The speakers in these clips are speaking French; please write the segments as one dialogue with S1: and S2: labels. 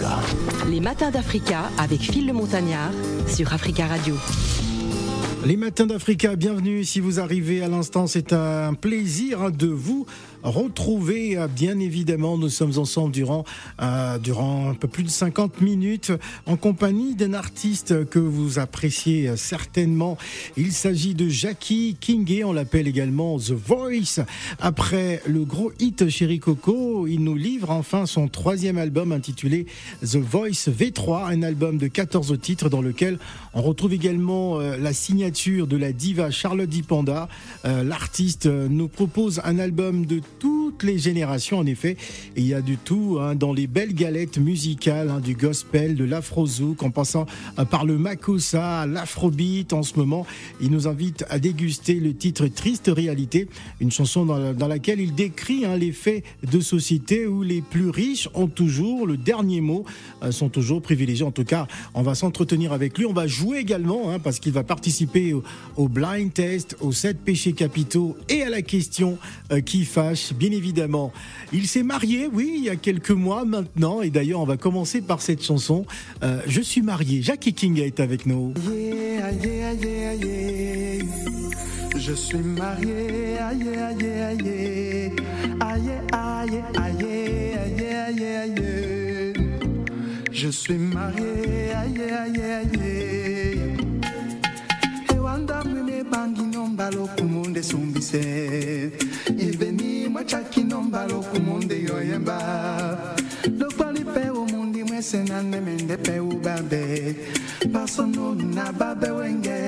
S1: d'Africa.
S2: Les matins d'Africa avec Phil le Montagnard sur Africa Radio.
S3: Les matins d'Africa, bienvenue. Si vous arrivez à l'instant, c'est un plaisir de vous retrouver. Ah, Bien évidemment, nous sommes ensemble durant, euh, durant un peu plus de 50 minutes en compagnie d'un artiste que vous appréciez certainement. Il s'agit de Jackie Kingé, on l'appelle également The Voice. Après le gros hit Chéri Coco, il nous livre enfin son troisième album intitulé The Voice V3, un album de 14 titres dans lequel on retrouve également euh, la signature de la diva Charlotte Dipanda. Euh, L'artiste nous propose un album de toutes les générations. En effet, il y a du tout hein, dans les belles galettes musicales, hein, du gospel, de l'afrozouk, en passant euh, par le makossa, l'afrobeat. En ce moment, il nous invite à déguster le titre Triste Réalité, une chanson dans, la, euh, dans laquelle il décrit hein, les faits de société où les plus riches ont toujours le dernier mot, euh, sont toujours privilégiés. En tout cas, on va s'entretenir avec lui. On va jouer également hein, parce qu'il va participer au, blind test, aux 7 péchés capitaux et à la question euh, qui fâche, bien évidemment. Il s'est marié, oui, il y a quelques mois maintenant, et d'ailleurs on va commencer par cette chanson. Euh, je suis marié, Jackie King est avec nous.
S4: Yeah, yeah, yeah, je suis marié, Ah, Je suis marié, ndamwine bangi nombalo kumunde sumbise iveni mwachaki nombalo kumunde yoyemba lokwali pe womundi mwese nanemende pe ubabe basonunu na babe wenge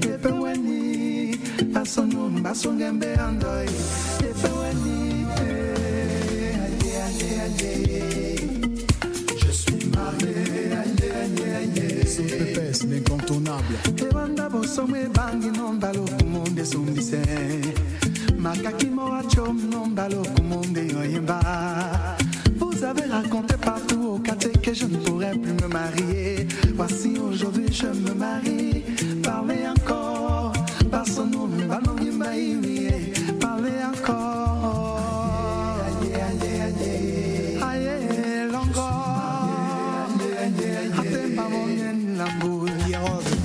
S4: depe weni basonunu basungembe andoi depe weni aye, aye, aye. Je suis marié, aye, aye, aye.
S5: Son pépesse, l'incontournable.
S4: ewanda bosomo ebangi nombala okumonda esumbise makaki moacho nombala okumonda eyoyemba Vous avez raconté partout au quartier que je ne pourrais plus me marier. Voici aujourd'hui je me marie. Parlez encore. Par son nom, Balongi Maïwi. Parlez encore. Aïe, aïe, aïe, aïe. Aïe, longo. Atemba monyen lambu.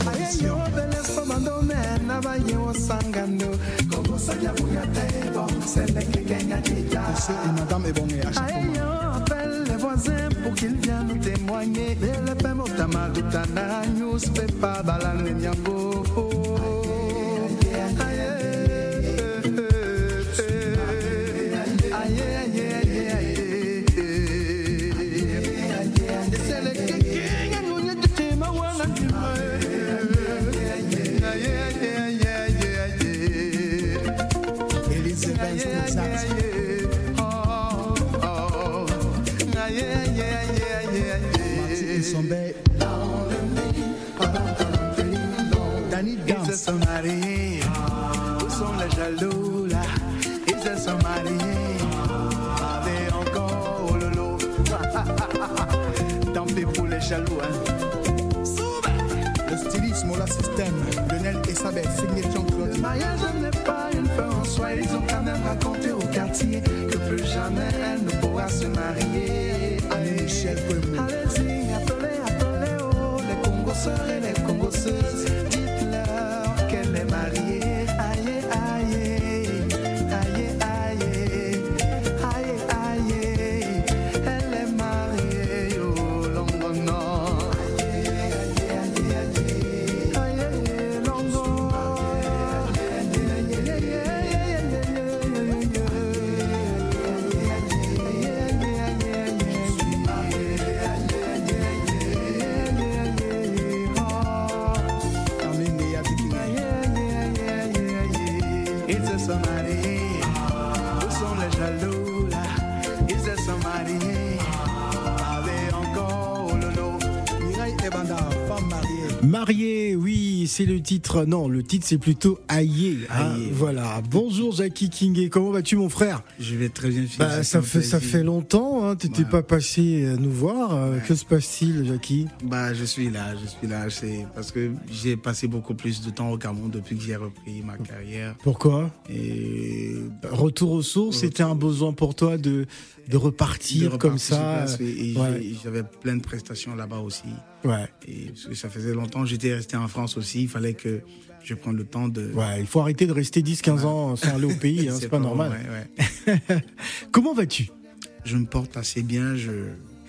S4: Aye, yo, bele somandone, naba yo sangano. Kogo soya buya tebo, seleke kenya kita.
S5: Monsieur et Madame Ebongé, à chaque
S4: Aïe,
S5: fois.
S4: on appelle les voisins pour qu'ils viennent nous témoigner. Bele pe motama dutana, news pepa balane nyango. Aïe, aïe, aïe, aïe. Seleke kenya ngunya tutima wana nyuma. Aïe, aïe, aïe, aïe, aïe.
S5: Elizabeth Gonzalez. Mathilde Sombet. Danny
S4: Ils
S5: Dance.
S4: se sont mariés, où sont les jaloux là Ils se sont mariés, avec encore oh lolo. Tant pis pour les jaloux, hein.
S5: Le styliste Mola System. Lionel et Sabet. Signé
S4: Le
S5: Jean-Claude.
S4: mariage n'est pas une fin en soi, ils ont quand même raconté au quartier que plus jamais elle ne pourra se marier.
S5: Annie Michel Kouemou.
S4: Allez-y, appelez, appelez, oh, les Congoseurs et les Congoseuses. Dites-leur qu'elle est mariée. Aïe, aïe, aïe, aïe, aïe, aïe. Elle est mariée, oh, longo, non. Aïe, aïe, aïe, aïe, aïe, longo. Aïe, aïe, aïe, aïe, aïe, aïe, aïe, aïe.
S5: Amine et Abidine.
S4: Ils se sont mariés, où sont les jaloux là Ils se sont mariés, avec encore oh lolo.
S5: Mireille Ebanda. Femme mariée.
S3: Marié, oui, c'est le titre. Non, le titre c'est plutôt Aïe. hein,
S6: Aïe.
S3: voilà. Bonjour Jackie King, comment vas-tu mon frère
S6: Je vais très bien. Philippe,
S3: bah,
S6: c'est
S3: ça
S6: un
S3: fait ça
S6: plaisir.
S3: fait longtemps, hein, t'étais
S6: Ouais.
S3: pas passé euh, nous voir. euh, Que se passe-t-il, Jackie
S6: Bah, je suis là, je suis là. C'est parce que j'ai passé beaucoup plus de temps au Cameroun depuis que j'ai repris ma carrière.
S3: Pourquoi Bah,
S6: Et
S4: euh,
S3: Retour aux sources, c'était un besoin pour toi de de repartir
S4: de
S3: comme
S4: repartir sur
S3: ça.
S4: place, oui, et
S3: ouais.
S4: j'ai- j'avais plein de prestations là-bas aussi.
S3: Ouais.
S4: Et parce que ça faisait longtemps, j'étais resté en France aussi. Il fallait que je prenne le temps de.
S3: Ouais, il faut arrêter de rester 10-15 ans sans aller au pays, hein, c'est pas normal.
S4: ouais, ouais.
S3: Comment vas-tu
S4: Je me porte assez bien, je,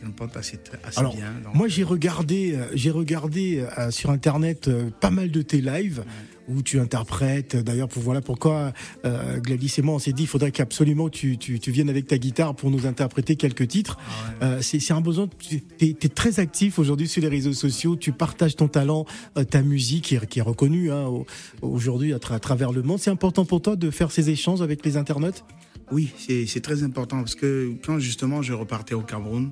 S4: je me porte assez, très- assez
S3: Alors,
S4: bien. donc,
S3: moi j'ai regardé, euh, j'ai regardé euh, sur internet euh, pas mal de tes lives où tu interprètes. D'ailleurs, pour voilà pourquoi euh, Gladys et moi on s'est dit, il faudrait qu'absolument tu, tu, tu viennes avec ta guitare pour nous interpréter quelques titres.
S4: ah
S3: Euh, c'est c'est un besoin. Tu es, très actif aujourd'hui sur les réseaux sociaux. Tu partages ton talent, euh, ta musique qui est, qui est reconnue hein, au- aujourd'hui à, tra- à travers le monde. C'est important pour toi de faire ces échanges avec les internautes.
S4: Oui, c'est c'est très important parce que quand justement je repartais au Cameroun,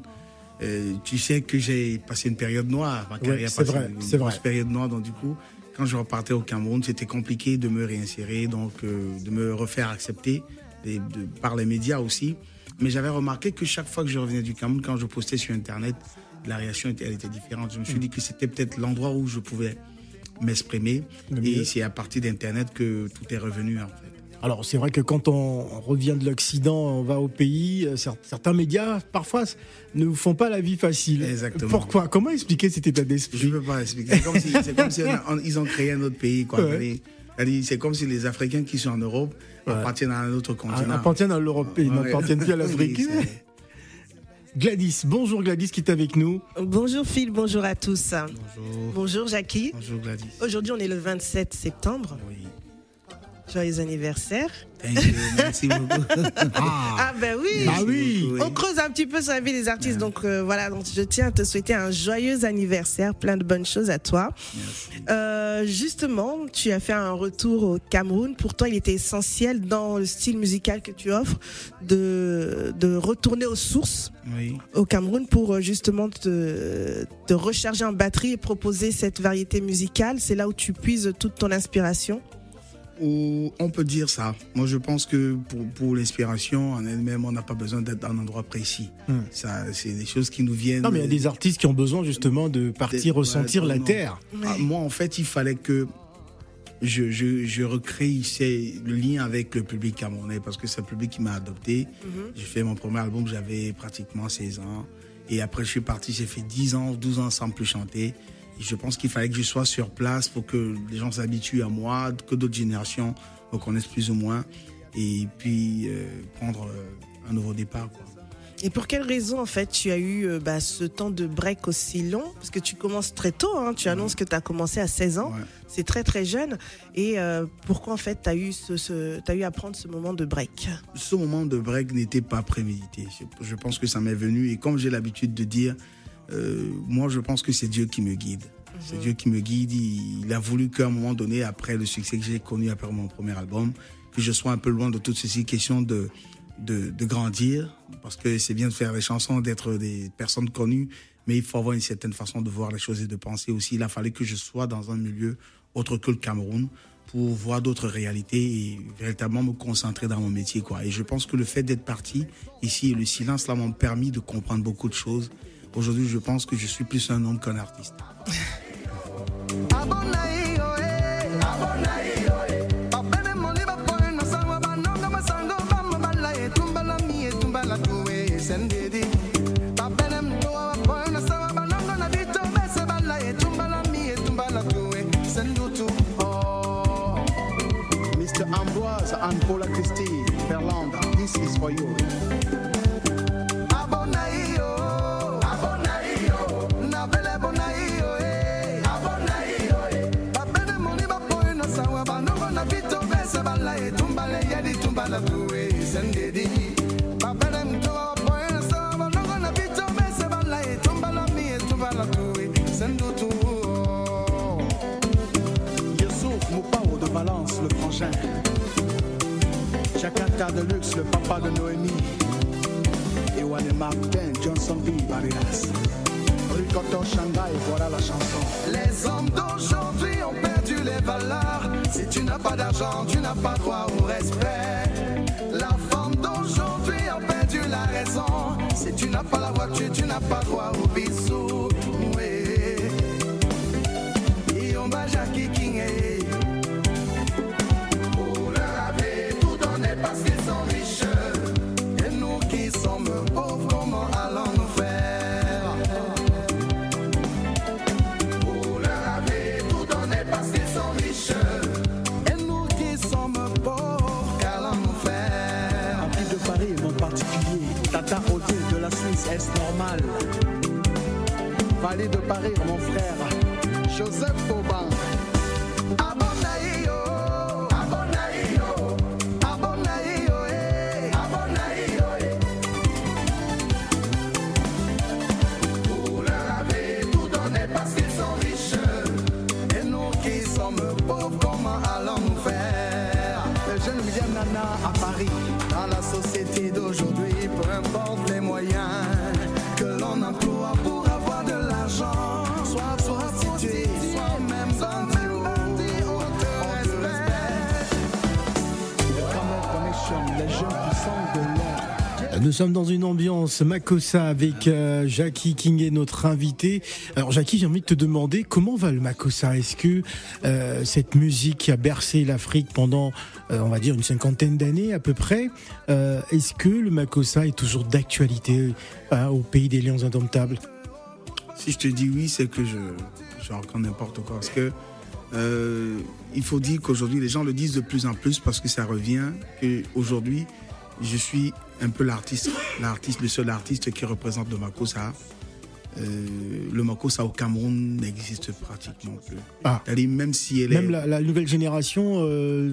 S4: euh, tu sais que j'ai passé une période noire. Ma carrière a
S3: c'est
S4: passé
S3: vrai,
S4: une
S3: c'est vrai.
S4: grosse période noire. Donc, du coup, quand je repartais au Cameroun, c'était compliqué de me réinsérer, donc euh, de me refaire accepter et de- par les médias aussi. Mais j'avais remarqué que chaque fois que je revenais du Cameroun, quand je postais sur Internet, la réaction était, elle était différente. Je me
S3: Mm.
S4: suis dit que c'était peut-être l'endroit où je pouvais m'exprimer.
S3: Le mieux.
S4: Et c'est à partir d'Internet que tout est revenu, en fait.
S3: Alors c'est vrai que quand on on revient de l'Occident, on va au pays, euh, cer- certains médias parfois s- ne vous font pas la vie facile.
S4: Exactement.
S3: Pourquoi Comment expliquer cet état
S4: Je
S3: d'esprit
S4: peux pas expliquer. C'est comme si, c'est comme si on a- on- ils ont créé un autre pays. quoi.
S3: Ouais.
S4: C'est-à-dire- c'est-à-dire, C'est comme si les Africains qui sont en Europe appartiennent à un autre
S3: Ils
S4: continent.
S3: Ah, appartiennent à l'Europe, ils
S4: Ouais.
S3: n'appartiennent plus à l'Afrique.
S4: Oui, c'est-
S3: Gladys, bonjour Gladys qui est avec nous.
S7: Bonjour Phil, bonjour à tous.
S4: Bonjour.
S7: Bonjour Jackie.
S4: Bonjour Gladys.
S7: Aujourd'hui, on est le 27 septembre.
S4: Oui.
S7: Joyeux anniversaire.
S4: Thank you. Merci beaucoup.
S7: Ah, ben oui.
S3: Ah oui
S4: beaucoup,
S7: On creuse un petit peu sur la vie des artistes. Donc euh, voilà, donc je tiens à te souhaiter un joyeux anniversaire, plein de bonnes choses à toi.
S4: Merci.
S7: Euh, justement, tu as fait un retour au Cameroun. Pour toi, il était essentiel dans le style musical que tu offres de, de retourner aux sources
S4: Oui.
S7: au Cameroun pour euh, justement te, te recharger en batterie et proposer cette variété musicale. C'est là où tu puises toute ton inspiration.
S4: Ou on peut dire ça. Moi, je pense que pour, pour l'inspiration en elle-même, on n'a pas besoin d'être dans un endroit précis.
S3: Hmm.
S4: Ça, c'est des choses qui nous viennent.
S3: Non mais il y a des artistes qui ont besoin justement de
S4: Des-
S3: partir ressentir
S4: ouais,
S3: la
S4: non.
S3: terre.
S4: Ah, moi, en fait, il fallait que je, je, je recrée ces- le lien avec le public camerounais parce que c'est le public qui m'a adopté. J'ai fait mon premier album, j'avais pratiquement 16 ans. Et après, je suis parti, j'ai fait 10 ans, 12 ans sans plus chanter. Et je pense qu'il fallait que je sois sur place pour que les gens s'habituent à moi, que d'autres générations me connaissent plus ou moins. Et puis, euh, prendre euh, un nouveau départ, quoi.
S7: Et pour quelle raison, en fait, tu as eu euh, bah, ce temps de break aussi long Parce que tu commences très tôt, hein. tu annonces que tu as commencé à 16 ans,
S4: Ouais.
S7: c'est très très jeune. Et euh, pourquoi, en fait, tu as, eu ce, ce- t'as eu à prendre ce moment de break
S4: ce moment de break n'était pas prémédité. Je, je pense que ça m'est venu et comme j'ai l'habitude de dire, euh, moi je pense que c'est Dieu qui me guide. C'est Dieu qui me guide. Il, il a voulu qu'à un moment donné, après le succès que j'ai connu après mon premier album, que je sois un peu loin de toutes ces questions de, de, de grandir, parce que c'est bien de faire des chansons, d'être des personnes connues, mais il faut avoir une certaine façon de voir les choses et de penser aussi. Il a fallu que je sois dans un milieu autre que le Cameroun pour voir d'autres réalités et véritablement me concentrer dans mon métier. Quoi. Et je pense que le fait d'être parti ici et le silence là m'ont permis de comprendre beaucoup de choses. Aujourd'hui, je pense que je suis plus un homme qu'un artiste.
S8: eh. eh. eh. oh.
S5: Mr. Ambroise and Paula Christie, Verlander, this is for you. Youssouf Moupao de Valence, le frangin. Jakarta de luxe, le papa de Noémie. Ewan et Martin, Johnsonville, Barrias. Ricotta, Shanghai, voilà la chanson.
S8: Les hommes d'aujourd'hui ont perdu les valeurs. Si tu n'as pas d'argent, tu n'as pas droit au respect. La femme d'aujourd'hui a perdu la raison. Si tu n'as pas la voiture, tu n'as pas droit au bisou. Ouais. Et on va Jackie King, eh. Vous leur avez tout donné parce qu'ils sont riches. Et nous qui sommes pauvres.
S5: l'assise, est-ce normal Vallée de Paris, mon frère, Joseph Fauban. Abonaïo, Abonaïo, Abonaïo, eh, Abonaïo, eh. Vous leur avez tout donné parce qu'ils sont riches. Et nous qui sommes pauvres, comment allons-nous faire Le jeune William Nana à Paris, dans la société d'aujourd'hui, peu importe les moyens que l'on emploie pour avoir de l'argent, soit prostitué, soit même bandit ou te respecte. Le Camel Connection, les jeunes qui sont de l'or.
S3: Nous sommes dans une ambiance Makossa avec euh, Jackie King est notre invité. Alors Jackie, j'ai envie de te demander comment va le Makossa Est-ce que euh, cette musique qui a bercé l'Afrique pendant, euh, on va dire, une cinquantaine d'années à peu près, euh, est-ce que le Makossa est toujours d'actualité hein, au pays des lions indomptables
S4: Si je te dis oui, c'est que je, je raconte n'importe quoi. Parce que euh, il faut dire qu'aujourd'hui, les gens le disent de plus en plus parce que ça revient. que Aujourd'hui, je suis un peu l'artiste, l'artiste, le seul artiste qui représente le Makossa. Euh, le Makossa au Cameroun n'existe pratiquement plus.
S3: Ah.
S4: C'est-à-dire, Même si elle
S3: Même
S4: est.
S3: la, la nouvelle génération euh,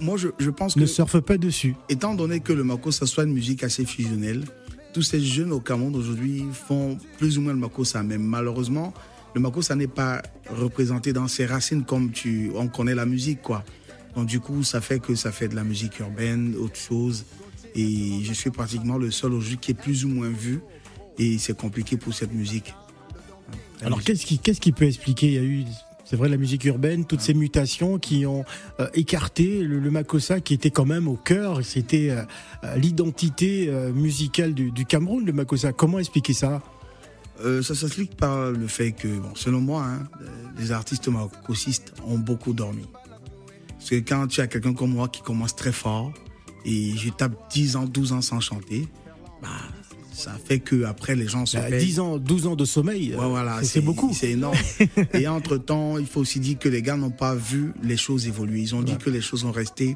S4: Moi, je, je pense que.
S3: ne surfe pas dessus.
S4: étant donné que le makossa soit une musique assez fusionnelle, tous ces jeunes au Cameroun aujourd'hui font plus ou moins le makossa. Mais malheureusement, le makossa n'est pas représenté dans ses racines comme tu, on connaît la musique, quoi. Donc du coup, ça fait que ça fait de la musique urbaine, autre chose. Et je suis pratiquement le seul aujourd'hui qui est plus ou moins vu. Et c'est compliqué pour cette musique. La
S3: Alors
S4: musique-
S3: qu'est-ce qui, qu'est-ce qui peut expliquer Il y a eu, c'est vrai, la musique urbaine, toutes
S4: Ah.
S3: ces mutations qui ont euh, écarté le, le Makossa qui était quand même au cœur, c'était euh, euh, l'identité euh, musicale du, du Cameroun, le Makossa. Comment expliquer ça
S4: Euh, ça s'explique par le fait que, bon, selon moi, hein, euh, les artistes marocanistes ont beaucoup dormi. Parce que quand tu as quelqu'un comme moi qui commence très fort et je tape 10 ans, 12 ans sans chanter, bah, ça fait que après les gens se
S3: Euh,
S4: perdent.
S3: 10 ans, 12 ans de sommeil,
S4: Ouais,
S3: euh,
S4: voilà,
S3: c'est- c'est beaucoup.
S4: C'est énorme. et entre-temps, il faut aussi dire que les gars n'ont pas vu les choses évoluer. Ils ont dit que les choses ont resté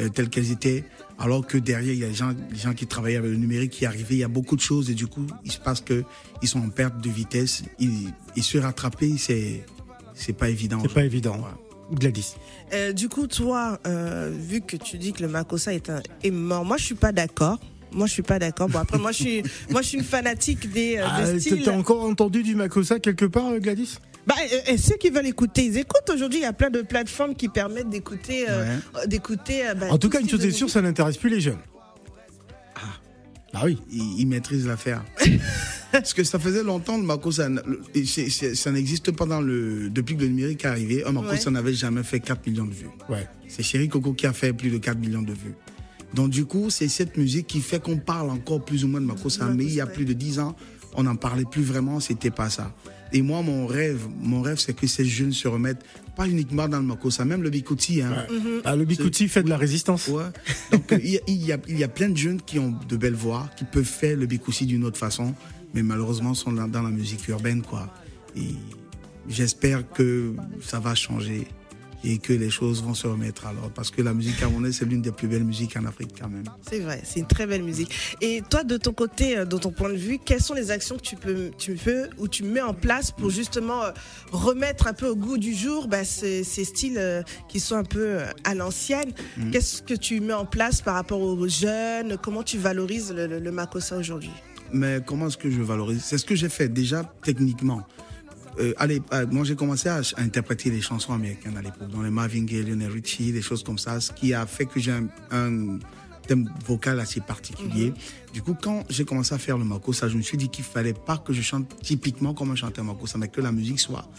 S4: euh, telles qu'elles étaient, alors que derrière, il y a les gens, les gens qui travaillent avec le numérique qui arrivaient. Il y a beaucoup de choses et du coup, il se passe que ils sont en perte de vitesse. Ils, et se rattraper, c'est c'est pas évident.
S3: C'est pas évident. Gladys.
S7: Euh, du coup, toi, euh, vu que tu dis que le Makossa est, un, est mort, moi je suis pas d'accord. Moi je suis pas d'accord. Bon après moi je suis moi je suis une fanatique des, euh,
S3: Ah,
S7: des styles.
S3: T'as encore entendu du Makossa quelque part, euh, Gladys
S7: Bah, euh, et ceux qui veulent écouter, ils écoutent. Aujourd'hui, il y a plein de plateformes qui permettent d'écouter, euh, euh, d'écouter. euh, bah,
S3: En tout
S7: tout
S3: cas, une
S7: style
S3: chose
S7: de
S3: est sûre, ça n'intéresse plus les jeunes. Ah, ah oui.
S4: ils, ils maîtrisent l'affaire. Parce que ça faisait longtemps le Mako, ça, n- le- et c'est- c'est- ça n'existe pas dans le. Depuis que le numérique est arrivé, un Mako,
S7: Ouais.
S4: ça n'avait jamais fait 4 millions de vues.
S3: Ouais.
S4: C'est Chéri Coco qui a fait plus de 4 millions de vues. Donc du coup, c'est cette musique qui fait qu'on parle encore plus ou moins de Makossa. Mais il y a plus de 10 ans, on n'en parlait plus vraiment, c'était pas ça. Et moi, mon rêve, mon rêve, c'est que ces jeunes se remettent, pas uniquement dans le Makossa, même le Bikuti. Hein.
S3: Ah, le Bikuti fait de la résistance.
S4: Ouais. Donc euh, il y, a- il y a- il y a plein de jeunes qui ont de belles voix, qui peuvent faire le Bikuti d'une autre façon, mais malheureusement sont dans, dans la musique urbaine. quoi. Et j'espère que ça va changer et que les choses vont se remettre à l'ordre, parce que la musique camerounaise, c'est l'une des plus belles musiques en Afrique quand même.
S7: C'est vrai, c'est une très belle musique. Et toi, de ton côté, euh, de ton point de vue, quelles sont les actions que tu peux, tu peux ou tu mets en place
S3: Mm.
S7: pour justement euh, remettre un peu au goût du jour bah, ces, ces styles euh, qui sont un peu euh, à l'ancienne
S3: Mm.
S7: Qu'est-ce que tu mets en place par rapport aux jeunes Comment tu valorises le, le, le Makossa aujourd'hui
S4: Mais comment est-ce que je valorise C'est ce que j'ai fait déjà techniquement. Euh, allez, euh, moi j'ai commencé à, ch- à interpréter les chansons américaines à l'époque, dans les Marvin Gaye, Lionel Richie, des choses comme ça, ce qui a fait que j'ai un, un thème vocal assez particulier. Du coup, quand j'ai commencé à faire le makossa, je me suis dit qu'il fallait pas que je chante typiquement comme un chanteur makossa, mais que la musique soit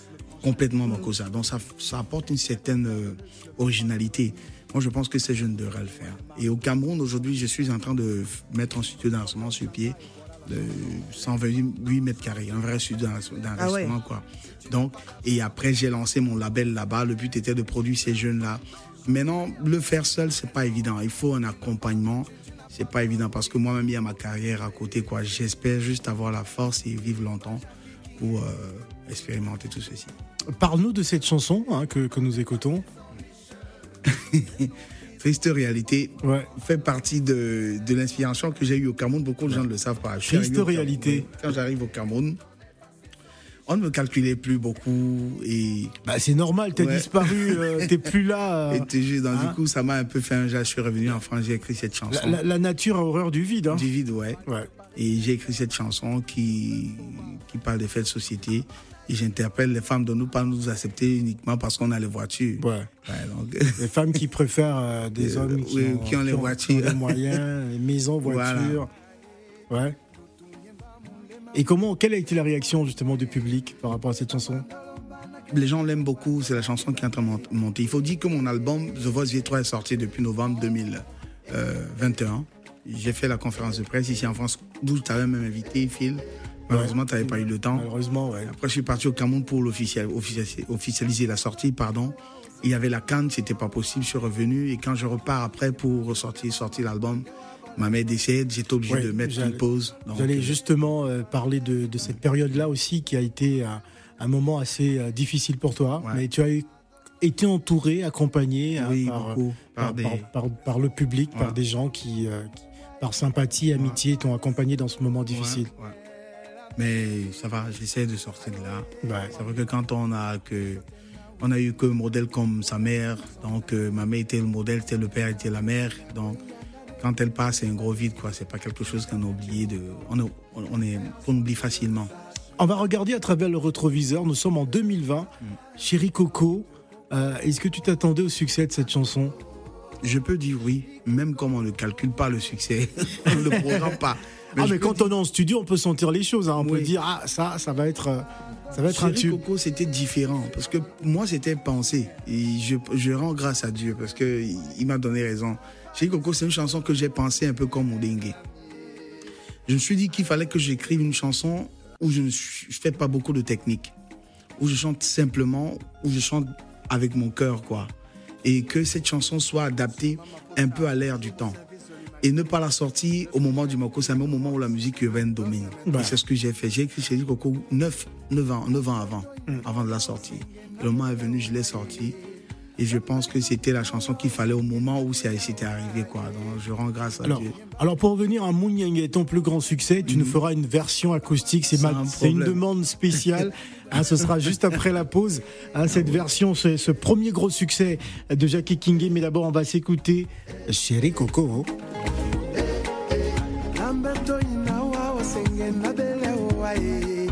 S4: complètement makossa. Donc ça, ça apporte une certaine euh, originalité. Moi, je pense que ces jeunes devraient le faire. Et au Cameroun, aujourd'hui, je suis en train de f- mettre un studio d'enregistrement sur pied de 128 mètres carrés, un vrai studio d'enregistrement,
S7: Ah ouais.
S4: d'enregistrement, quoi. Donc, et après, j'ai lancé mon label là-bas. Le but était de produire ces jeunes-là. Maintenant, le faire seul, c'est pas évident. Il faut un accompagnement. C'est pas évident parce que moi-même, il y a ma carrière à côté, quoi. J'espère juste avoir la force et vivre longtemps pour euh, expérimenter tout ceci.
S3: Parle-nous de cette chanson hein, que, que nous écoutons.
S4: Triste réalité
S3: Ouais.
S4: fait partie de, de l'inspiration que j'ai eue au Cameroun. Beaucoup de gens ne le savent pas. Je suis
S3: Triste
S4: arrivé au Cameroun.
S3: réalité.
S4: Quand j'arrive au Cameroun, on ne me calculait plus beaucoup et,
S3: Bah, c'est normal, t'as
S4: Ouais.
S3: disparu, euh, t'es plus là. euh,
S4: et te jure, donc,
S3: hein.
S4: du coup, ça m'a un peu fait un jet. Je suis revenu en France, j'ai écrit cette chanson.
S3: la, la- la nature a horreur du vide. Hein.
S4: Du vide, ouais.
S3: Ouais.
S4: Et j'ai écrit cette chanson qui, qui parle des faits de société. Et j'interpelle les femmes de ne pas nous accepter uniquement parce qu'on a les voitures.
S3: Ouais.
S4: Ouais, donc,
S3: Les femmes qui préfèrent euh, des
S4: Euh,
S3: hommes qui,
S4: oui,
S3: ont,
S4: qui ont les voitures.
S3: les moyens, les maisons,
S4: Voilà.
S3: voitures. Ouais. Et comment, quelle a été la réaction justement du public par rapport à cette chanson
S4: les gens l'aiment beaucoup. C'est la chanson qui est en train de mont- monter. Il faut dire que mon album The Voice V3 est sorti depuis novembre euh, 2021. J'ai fait la conférence de presse ici en France, d'où tu avais même invité, Phil. Malheureusement, tu n'avais pas eu le temps.
S3: Malheureusement, ouais.
S4: Après, je suis parti au Cameroun pour l'officiel- officialiser, officialiser la sortie, pardon. Il y avait la canne, c'était pas possible, je suis revenu. Et quand je repars après pour ressortir, sortir l'album, ma mère décède, j'étais obligé
S3: Ouais,
S4: de mettre
S3: j'allais-
S4: une pause. Donc,
S3: J'allais justement euh, parler de, de cette période-là aussi qui a été un, un moment assez euh, difficile pour toi.
S4: Ouais.
S3: Mais tu as eu- été entouré, accompagné hein,
S4: oui,
S3: par,
S4: beaucoup, par
S3: par,
S4: des-
S3: par- par- par le public, par
S4: Ouais.
S3: des gens qui, euh, qui, par sympathie, amitié, t'ont accompagné dans ce moment difficile.
S4: Ouais, ouais. Mais ça va, j'essaie de sortir de là.
S3: Ouais.
S4: C'est vrai que quand on a que on a eu que modèle comme sa mère, donc euh, ma mère était le modèle, c'était le père, était la mère, donc quand elle passe, c'est un gros vide quoi. C'est pas quelque chose qu'on a oublié de, on, a- on- on est, on oublie facilement.
S3: On va regarder à travers le retroviseur. Nous sommes en 2020.
S4: Mm.
S3: Chéri Coco, euh, est-ce que tu t'attendais au succès de cette chanson
S4: Je peux dire oui, même comme on ne calcule pas le succès, on ne le programme pas.
S3: Ah,
S4: je
S3: mais
S4: peux
S3: quand on est en studio, on peut sentir les choses. hein. On peut
S4: Oui.
S3: dire ah ça, ça va être, euh, ça va être un
S4: Chéri
S3: tube.
S4: Coco, c'était différent parce que moi, c'était pensé. Et je, je rends grâce à Dieu parce que il il m'a donné raison. Chéri Coco, c'est une chanson que j'ai pensée un peu comme Moudengue. Je me suis dit qu'il fallait que j'écrive une chanson où je ne suis- je fais pas beaucoup de technique, où je chante simplement, où je chante avec mon cœur, quoi. Et que cette chanson soit adaptée un peu à l'ère du temps. Et ne pas la sortir au moment du Moko, c'est au moment où la musique urbaine domine.
S3: Ouais.
S4: Et c'est ce que j'ai fait. J'ai écrit chez Coco 9, 9 ans, 9 ans avant, avant de la sortie. Le moment est venu, je l'ai sorti. Et je pense que c'était la chanson qu'il fallait au moment où c'est- c'était arrivé, quoi. Donc, je rends grâce à
S3: Alors,
S4: Dieu.
S3: alors pour revenir à Mouniengue, ton plus grand succès, tu nous feras une version acoustique. C'est ma-
S4: Sans
S3: c'est une
S4: problème.
S3: demande spéciale. Hein, ce sera juste après la pause. Hein, cette version, ce, ce premier gros succès de Jackie Kingue. Mais d'abord, on va s'écouter Chéri Coco.
S8: Lambeto inawa osenge na bele owae.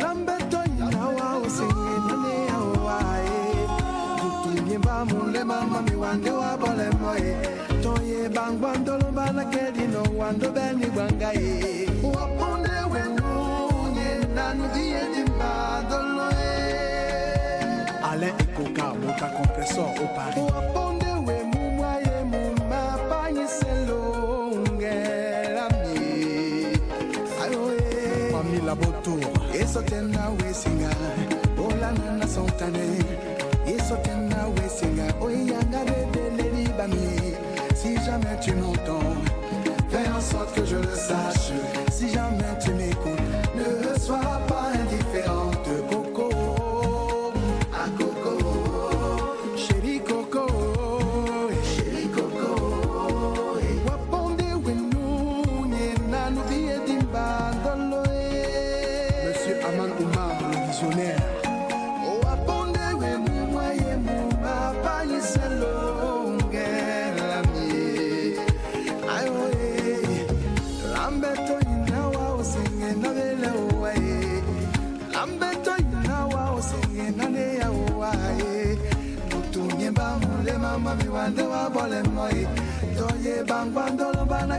S8: Lambeto inawa osenge na ne owae. Kutunye ba mule mama mi wande wa bole moe. Toye bangwando lomba na kedi no wando beni wangae. Wapunde wenunye nanu diye dimba doloe.
S5: Alain et Coca, Moka compresseur au Paris.
S8: Wapunde we mumwa ye muma panyiselongela mi. Ayoe.
S5: Mami la botour.
S8: Esotena wesinga, olana na santane. Esotena wesinga, oyanga bébé libami. Si jamais tu m'entends, fais en sorte que je le sache. Si jamais tu m'écoutes, ne sois pas indifférente. Coco, à coco, chérie coco, chérie coco. eh. Waponde wenu, nyena nubie dimbandolo eh.
S5: Monsieur Aman Oumar, le visionnaire.
S8: Wande wa bole moye, toye bangwandolo bana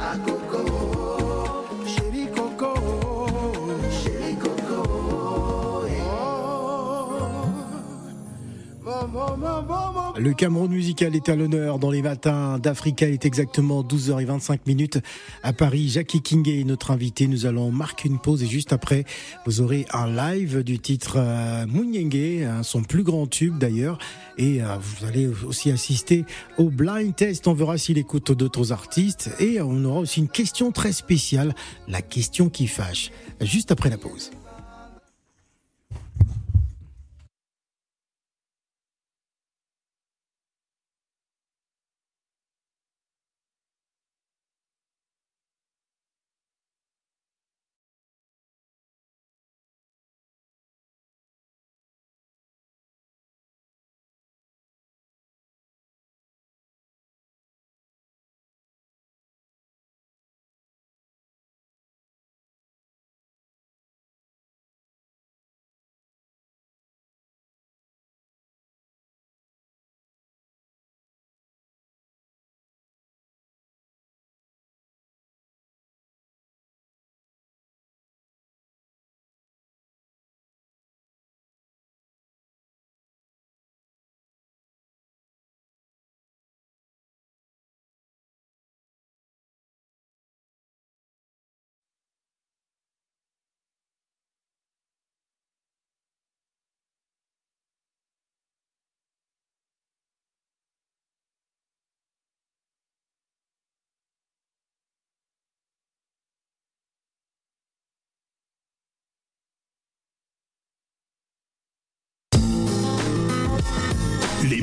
S8: à coco, chérie coco, chérie coco. Oh. Bon, bon, bon, bon, bon,
S3: Le Cameroun musical est à l'honneur dans les matins d'Africa. Il est exactement 12h25 minutes à Paris. Jackie King est notre invité. Nous allons marquer une pause et juste après, vous aurez un live du titre euh, Munyenge, hein, son plus grand tube d'ailleurs. Et euh, vous allez aussi assister au blind test. On verra s'il écoute d'autres artistes. Et on aura aussi une question très spéciale, la question qui fâche, juste après la pause.
S9: Les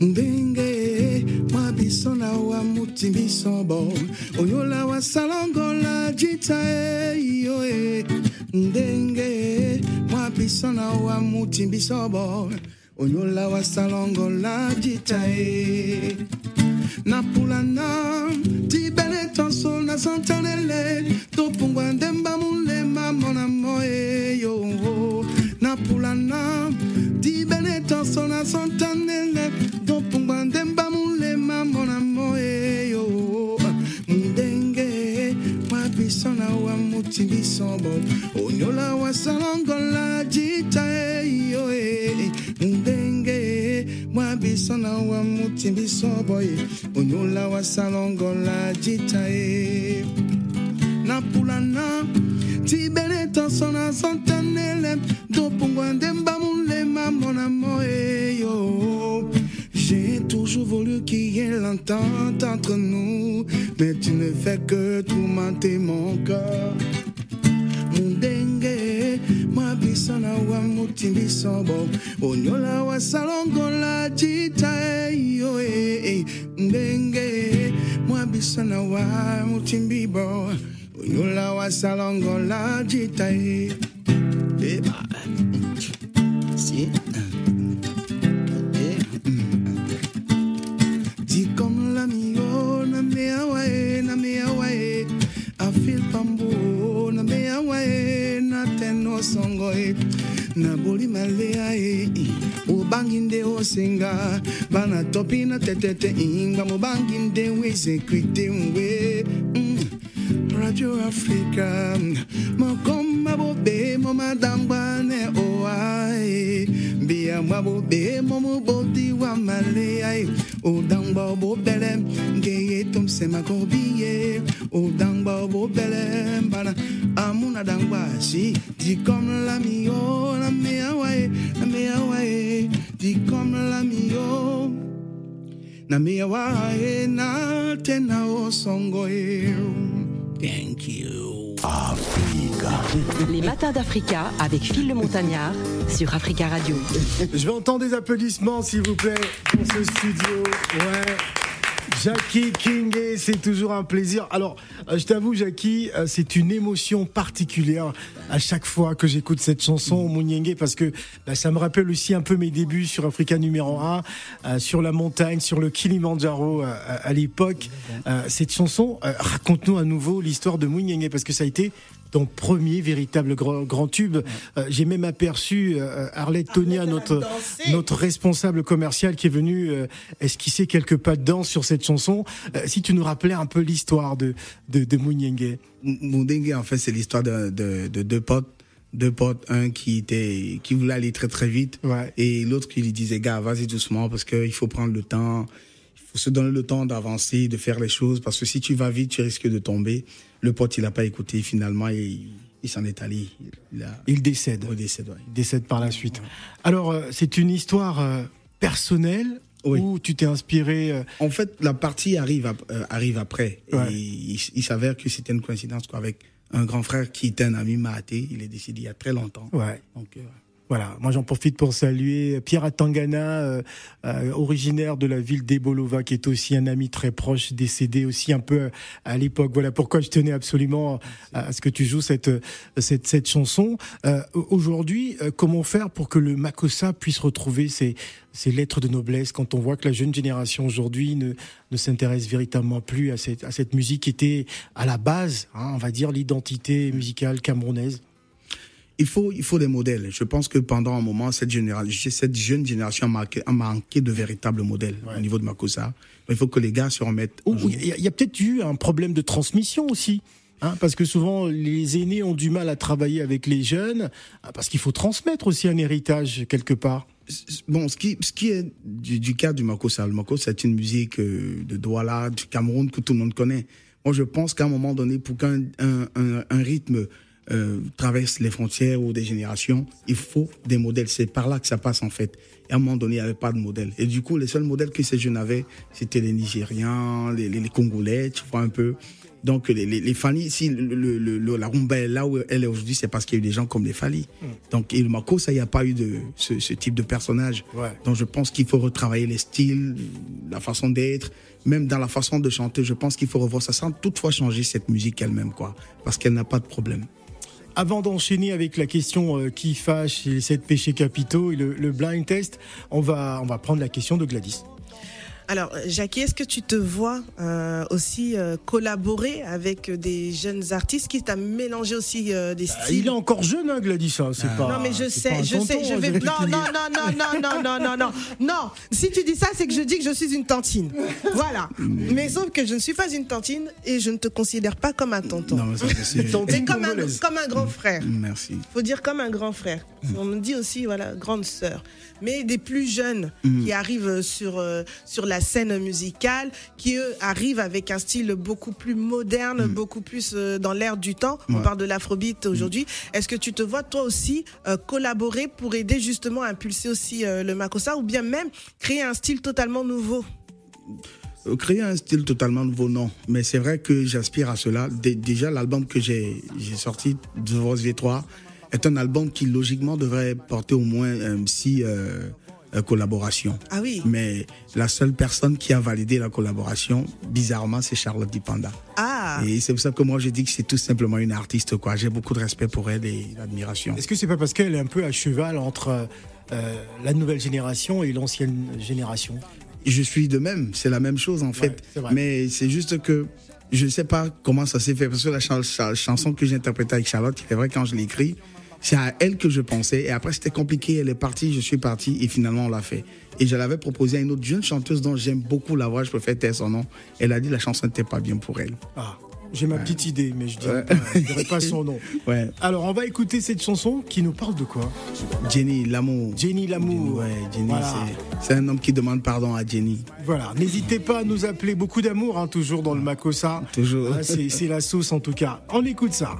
S8: ndenge mwa biso na wa muti biso bo onyola wa salongola jita e yo e ndenge mwa biso na wa muti biso bo onyola wa salongola jita e napulana tibene tonso na santanele topungwa ndemba mulema mona moye yo napulana tibene tonso na santanele topungwa ndemba mulema mona moye yo ndenge mwabiso na wa muti biso bo onyola wa salongola jita e yo e ndenge mwabiso na wa muti biso boye onyola wa salongola jita e na pulana tibele tonso na santanele topungwa ndemba mulema mona moye yo j'ai toujours voulu qu'il y ait l'entente entre nous, mais tu ne fais que tourmenter mon cœur. mundenge mwabiso na wa muti biso bo onyola wa salongola jita eyo e ndenge mwabiso na wa muti bibo onyola wa salongola jita e Eh, bah, si eh, Dis comme l'ami, oh, na me awae, na me awae, a fil pambo, na me awae, na teno songo e, na boli malea e, o banginde o senga, bana topi na tetete inga, mo banginde we sekwite we, mm, Radio Africa, mo koma bobe, mo madambane o ae, bia mwa bobe, mo mo bodi wa malea e, o dangba bo bele, ngeye tom se makobiye, o dangba bo bele, bana, amuna dangba si, di kom la mi yo, la me awae, la me awae, di kom la mi yo, na me awae, na tena o songo e. Thank you.
S2: Les matins d'Africa avec Phil le Montagnard sur Africa Radio.
S3: Je vais entendre des applaudissements, s'il vous plaît, pour ce studio. Ouais. Jackie Kingé, c'est toujours un plaisir. Alors, euh, je t'avoue, Jackie, euh, c'est une émotion particulière à chaque fois que j'écoute cette chanson, Mouniengue, parce que bah, ça me rappelle aussi un peu mes débuts sur Africa numéro 1, euh, sur la montagne, sur le Kilimanjaro euh, à, à l'époque. Euh, cette chanson, euh, raconte-nous à nouveau l'histoire de Mouniengue, parce que ça a été ton premier véritable grand, grand tube. Euh, J'ai même aperçu euh, Arlette Tonia,
S7: elle a
S3: notre,
S7: dansé.
S3: notre responsable commercial qui est venu euh, esquisser quelques pas de danse sur cette chanson. Euh, si tu nous rappelais un peu l'histoire de, de, de Mouniengue.
S4: M- Moundingue, en fait, c'est l'histoire de, de- de deux potes. Deux potes, un qui était, qui voulait aller très très vite.
S3: Ouais.
S4: Et l'autre qui lui disait, gars, vas-y doucement parce qu'il faut prendre le temps. Il faut se donner le temps d'avancer, de faire les choses parce que si tu vas vite, tu risques de tomber. Le pote, il n'a pas écouté finalement et il, il s'en est allé. Il a,
S3: Il décède.
S4: au décès, ouais.
S3: Il décède par la suite. Alors, euh, c'est une histoire euh, personnelle
S4: Oui.
S3: où tu t'es inspiré. euh,
S4: En fait, la partie arrive, ap- euh, arrive après.
S3: Ouais.
S4: Et il, s- il s'avère que c'était une coïncidence quoi, avec un grand frère qui était un ami maté. Il est décédé il y a très longtemps.
S3: ouais.
S4: Donc, euh,
S3: Voilà, moi j'en profite pour saluer Pierre Atangana, euh, euh, originaire de la ville d'Ebolova, qui est aussi un ami très proche, décédé aussi un peu euh, à l'époque. Voilà pourquoi je tenais absolument euh, à, à ce que tu joues cette cette, cette chanson. Euh, Aujourd'hui, euh, comment faire pour que le Makossa puisse retrouver ses, ses lettres de noblesse quand on voit que la jeune génération aujourd'hui ne, ne s'intéresse véritablement plus à cette, à cette musique qui était à la base, hein, on va dire, l'identité musicale camerounaise
S4: il faut, il faut des modèles. Je pense que pendant un moment, cette, généra- cette jeune génération a, marqué- a manqué de véritables modèles au niveau de Makosa. Il faut que les gars se remettent.
S3: Ou- ou Il y a, il y a peut-être eu un problème de transmission aussi. Hein, parce que souvent, les aînés ont du mal à travailler avec les jeunes, hein, parce qu'il faut transmettre aussi un héritage quelque part.
S4: Bon, ce qui, ce qui est du, du cas du Makosa, le Makosa, c'est une musique euh, de Douala, du Cameroun, que tout le monde connaît. Moi, je pense qu'à un moment donné, pour qu'un un, un- un rythme euh, traverse les frontières ou des générations, il faut des modèles. C'est par là que ça passe, en fait. Et à un moment donné, il n'y avait pas de modèle. Et du coup, les seuls modèles que ces jeunes avaient, c'était les Nigérians, les, les- les Congolais, tu vois, un peu. Donc, les, les, les Fali, si le- le- le- le- la rumba est là où elle est aujourd'hui, c'est parce qu'il y a eu des gens comme les Fali. Donc, et le Mako, ça, il n'y a pas eu de, ce, ce type de personnage.
S3: Ouais.
S4: Donc, je pense qu'il faut retravailler les styles, la façon d'être, même dans la façon de chanter. Je pense qu'il faut revoir ça sans toutefois changer cette musique elle-même, quoi. Parce qu'elle n'a pas de problème.
S3: Avant d'enchaîner avec la question euh, qui fâche les sept péchés capitaux et le, le blind test, on va, on va prendre la question de Gladys.
S7: Alors, euh, Jackie, est-ce que tu te vois euh, aussi euh, collaborer avec euh, des jeunes artistes qui t'a mélangé aussi euh, des
S3: Il
S7: styles
S3: est encore jeune, hein, Gladys. hein, c'est pas,
S7: Non, mais je
S3: c'est pas
S7: sais,
S3: un
S7: je sais,
S3: tonton,
S7: je vais.
S3: Jackie
S7: Non,
S3: Kennedy.
S7: non, non, non, non, non, non, non, non, non. Si tu dis ça, c'est que je dis que je suis une tantine. Voilà. Mais sauf que je ne suis pas une tantine et je ne te considère pas comme un tonton.
S4: Non, mais Mm. ça, c'est.
S7: T'es comme un, comme un grand frère.
S4: Merci.
S7: Faut dire comme un grand frère.
S3: Mm.
S7: On me dit aussi, voilà, grande sœur. Mais des plus jeunes
S3: Mm.
S7: qui arrivent sur, euh, sur la scène musicale, qui eux arrivent avec un style beaucoup plus moderne,
S3: Mm.
S7: beaucoup plus euh, dans l'air du temps. On parle de l'afrobeat aujourd'hui.
S3: Mm.
S7: Est-ce que tu te vois toi aussi euh, collaborer pour aider justement à impulser aussi euh, le Makossa ou bien même créer un style totalement nouveau
S4: Euh, Créer un style totalement nouveau, non. Mais c'est vrai que j'aspire à cela. Dé- déjà, l'album que j'ai j'ai sorti, The Voice V3, est un album qui, logiquement, devrait porter au moins euh, six euh, euh, collaborations.
S7: Ah oui.
S4: Mais la seule personne qui a validé la collaboration, bizarrement, c'est Charlotte Dipanda.
S7: Ah
S4: Et c'est pour ça que moi, je dis que c'est tout simplement une artiste. quoi. J'ai beaucoup de respect pour elle et d'admiration.
S3: Est-ce que c'est pas parce qu'elle est un peu à cheval entre euh, euh, la nouvelle génération et l'ancienne génération
S4: Je suis de même, c'est la même chose en fait.
S3: c'est vrai.
S4: Mais c'est juste que je ne sais pas comment ça s'est fait parce que la chan- chan- chanson que j'ai interprétée avec Charlotte, c'est vrai quand je l'ai écrite, c'est à elle que je pensais et après c'était compliqué, elle est partie, je suis parti et finalement on l'a fait. Et je l'avais proposé à une autre jeune chanteuse dont j'aime beaucoup la voix, je préfère taire son nom. Elle a dit la chanson n'était pas bien pour elle.
S3: Ah, j'ai ma petite idée, mais je dirais pas, je dirais pas son nom.
S4: Ouais.
S3: Alors, on va écouter cette chanson qui nous parle de quoi
S4: Jenny, l'amour.
S3: Jenny Lamour.
S4: Ouais, Jenny,
S3: Voilà.
S4: c'est- c'est un homme qui demande pardon à Jenny.
S3: Voilà, n'hésitez pas à nous appeler. Beaucoup d'amour, hein, toujours dans le Makossa.
S4: Toujours.
S3: Ah, c'est c'est la sauce en tout cas. On écoute ça.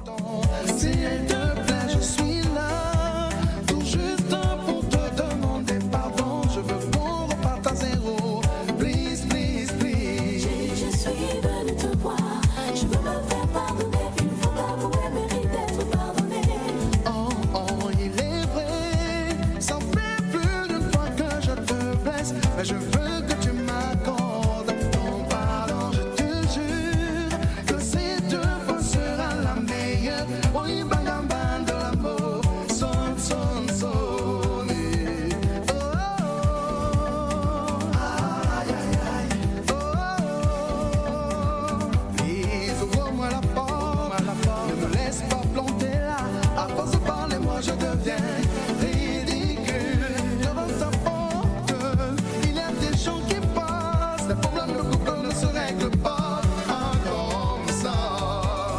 S5: S'il te plaît, je suis là, tout juste pour te demander pardon. Je veux qu'on reparte à zéro. Please, please, please.
S9: Je suis venue te voir, je veux me faire pardonner, il faut t'avouer, mérite d'être pardonné.
S5: Oh, oh, il est vrai. Ça fait plus d'une fois que je te blesse, mais je veux que tu m'accordes ton pardon.
S8: Ah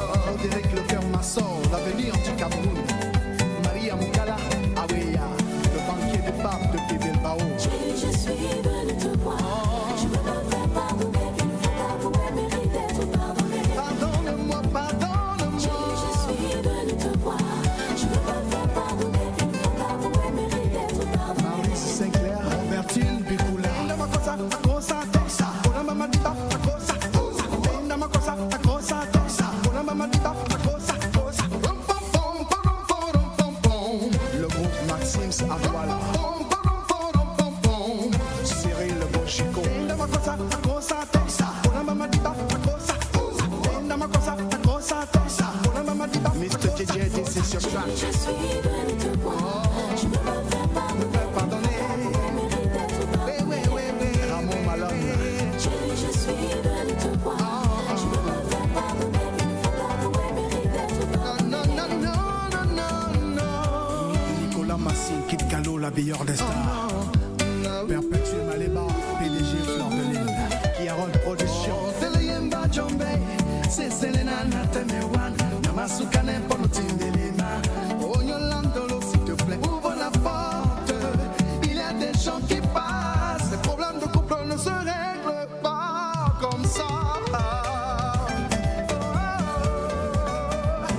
S5: Patrice Aguala. Cyril Bochico. Mr. JJ, this is your track.
S9: Je suis venue te voir. Je veux me faire pardonner. Mérite d'être pardonné.
S5: Ramon Malone.
S9: Chérie, je suis venue te voir. Je veux me faire pardonner. Il faut l'avouer, mérite
S5: Ah,
S9: d'être pardonné.
S5: Non, non, non, non, non, non. Nicolas Massin, Kid Gallo, la meilleure des stars. Perpétuel Maléba, PDG Fleur de Lille. Kiarol Production.
S8: Teleyemba jombe, sesele na natemewan, namasuka ne polo tindelema. Oh, Yolando, s'il te plaît, ouvre la porte. Il y a des gens qui passent, les problèmes de couple ne se règlent pas comme ça. Oh, oh,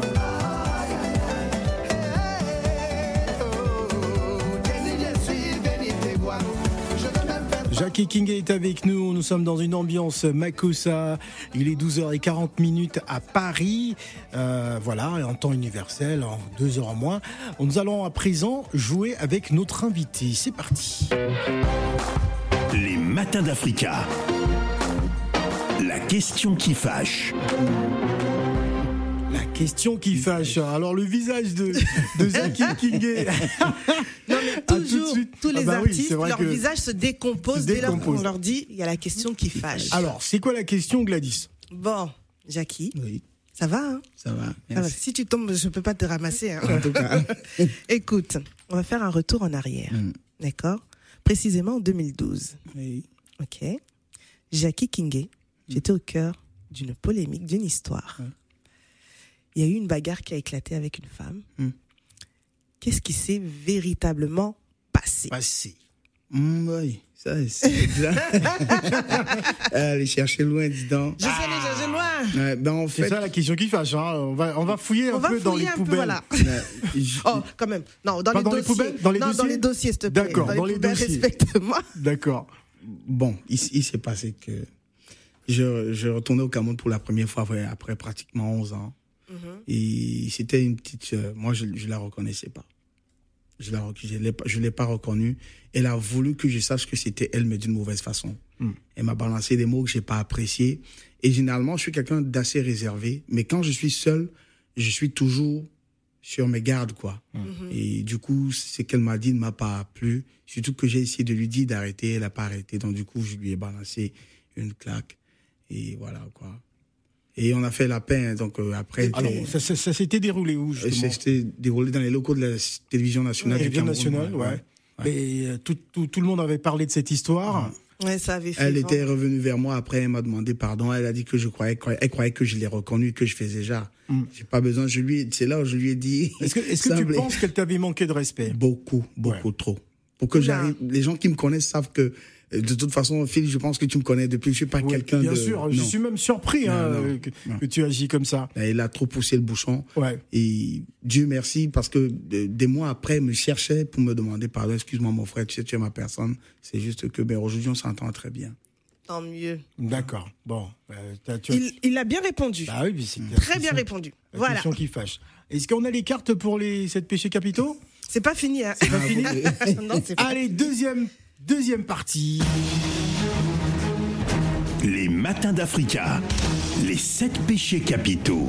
S8: oh. Hey, oh. Jenny, je suis venue te voir. Je veux même faire
S3: Jackie King est avec nous, nous sommes dans une ambiance Makusa, il est 12h40 minutes à Paris, Euh, voilà, et en temps universel, en deux heures en moins. Nous allons à présent jouer avec notre invité, c'est parti.
S10: Les matins d'Africa. La question qui fâche.
S3: La question qui fâche, alors le visage de, de Jackie King est-
S7: Non, mais
S3: tout de
S7: toujours,
S3: suite.
S7: tous
S3: Ah
S7: les
S3: bah oui,
S7: artistes,
S3: c'est vrai
S7: leur
S3: que-
S7: visage se décompose, dès lors
S3: Décompose. Ah
S7: qu'on leur dit il y a la question qui fâche.
S3: Alors, c'est quoi la question Gladys
S7: Bon, Jackie,
S4: Oui,
S7: ça va, hein
S4: ça va.
S7: Ça va.
S4: Merci.
S7: Si tu tombes, je peux pas te ramasser. hein.
S4: En tout cas,
S7: Écoute, on va faire un retour en arrière.
S4: Mm.
S7: D'accord Précisément en 2012.
S4: oui, Mm.
S7: OK Jackie Kingé, j'étais au cœur d'une polémique, d'une histoire. Il y a eu une bagarre qui a éclaté avec une femme.
S4: Mm.
S7: Qu'est-ce qui s'est véritablement passé
S3: Passé.
S4: Mm, oui, ça c'est exact. Allez chercher loin, dis donc.
S7: Je suis allée chercher loin.
S4: Ouais, ben en
S3: C'est
S4: fait,
S3: ça la question qui fâche, hein. on, va, on va fouiller
S7: On
S3: un
S7: va
S3: peu dans les
S7: fouiller un peu,
S3: poubelles.
S7: voilà.
S4: ben, je-
S7: Oh, quand même. Non, dans,
S3: Pas
S7: les,
S3: dans les
S7: dossiers.
S3: poubelles, dans les
S7: non, dans
S3: dossiers
S7: les dossiers, s'il te plaît.
S3: D'accord, dans les
S7: poubelles,
S3: dossiers.
S7: Respecte-moi.
S3: D'accord.
S4: bon, il, s- il s'est passé que je, je retournais au Cameroun pour la première fois ouais, après pratiquement 11 ans. Et c'était une petite. euh, moi, je ne la reconnaissais pas. Je la, rec- je l'ai pas- je l'ai pas reconnue. Elle a voulu que je sache que c'était elle, mais d'une mauvaise façon. Elle m'a balancé des mots que j'ai pas appréciés. Et généralement, je suis quelqu'un d'assez réservé. Mais quand je suis seul, je suis toujours sur mes gardes, quoi. Et du coup, ce qu'elle m'a dit ne m'a pas plu. Surtout que j'ai essayé de lui dire d'arrêter, elle n'a pas arrêté. Donc, du coup, je lui ai balancé une claque. Et voilà, quoi. Et on a fait la paix. hein. Donc, euh, après.
S3: Alors,
S4: t'es-
S3: ça, ça- ça s'était déroulé où
S4: euh,
S3: justement
S4: C'était déroulé dans les locaux de la s- télévision nationale. du
S3: Télévision
S4: Cameroun,
S3: nationale, ouais.
S4: ouais. Ah,
S3: Mais euh, tout, tout, tout le monde avait parlé de cette histoire.
S7: Ouais, ça avait fait.
S4: Elle
S7: vent.
S4: était revenue vers moi après, elle m'a demandé pardon. Elle a dit que je croyais, croyais- elle croyait que je l'ai reconnue, que je faisais déjà. J'ai pas besoin. Je lui, c'est là où je lui ai dit.
S3: Mm. Est-ce que, est-ce que tu
S4: Semblait-
S3: penses qu'elle t'avait manqué de respect
S4: beaucoup, beaucoup trop. Pour que
S7: Oula.
S4: j'arrive, les gens qui me connaissent savent que euh, de toute façon, Phil, je pense que tu me connais depuis. Je suis pas
S3: Oui,
S4: quelqu'un de.
S3: Bien sûr, je
S4: non.
S3: suis même surpris hein,
S4: Non, non,
S3: que,
S4: non.
S3: que tu agis comme ça.
S4: Elle a trop poussé le bouchon.
S3: Ouais.
S4: Et Dieu merci, parce que euh, des mois après, elle me cherchait pour me demander pardon. Excuse-moi, mon frère, tu sais, tu es ma personne. C'est juste que, ben, aujourd'hui, on s'entend très bien.
S7: Tant mieux.
S3: D'accord. Bon. euh, t'as- tu as-
S7: Il, il a bien répondu.
S3: Bah oui, mais
S4: Mm.
S3: c'est la
S7: Très bien
S3: question-
S7: répondu.
S3: la
S7: Voilà.
S3: question qui fâche. Est-ce qu'on a les cartes pour les sept péchés capitaux
S7: C'est pas fini. Hein. non, c'est pas.
S3: Allez, deuxième, deuxième partie.
S10: Les matins d'Africa. Les sept péchés capitaux.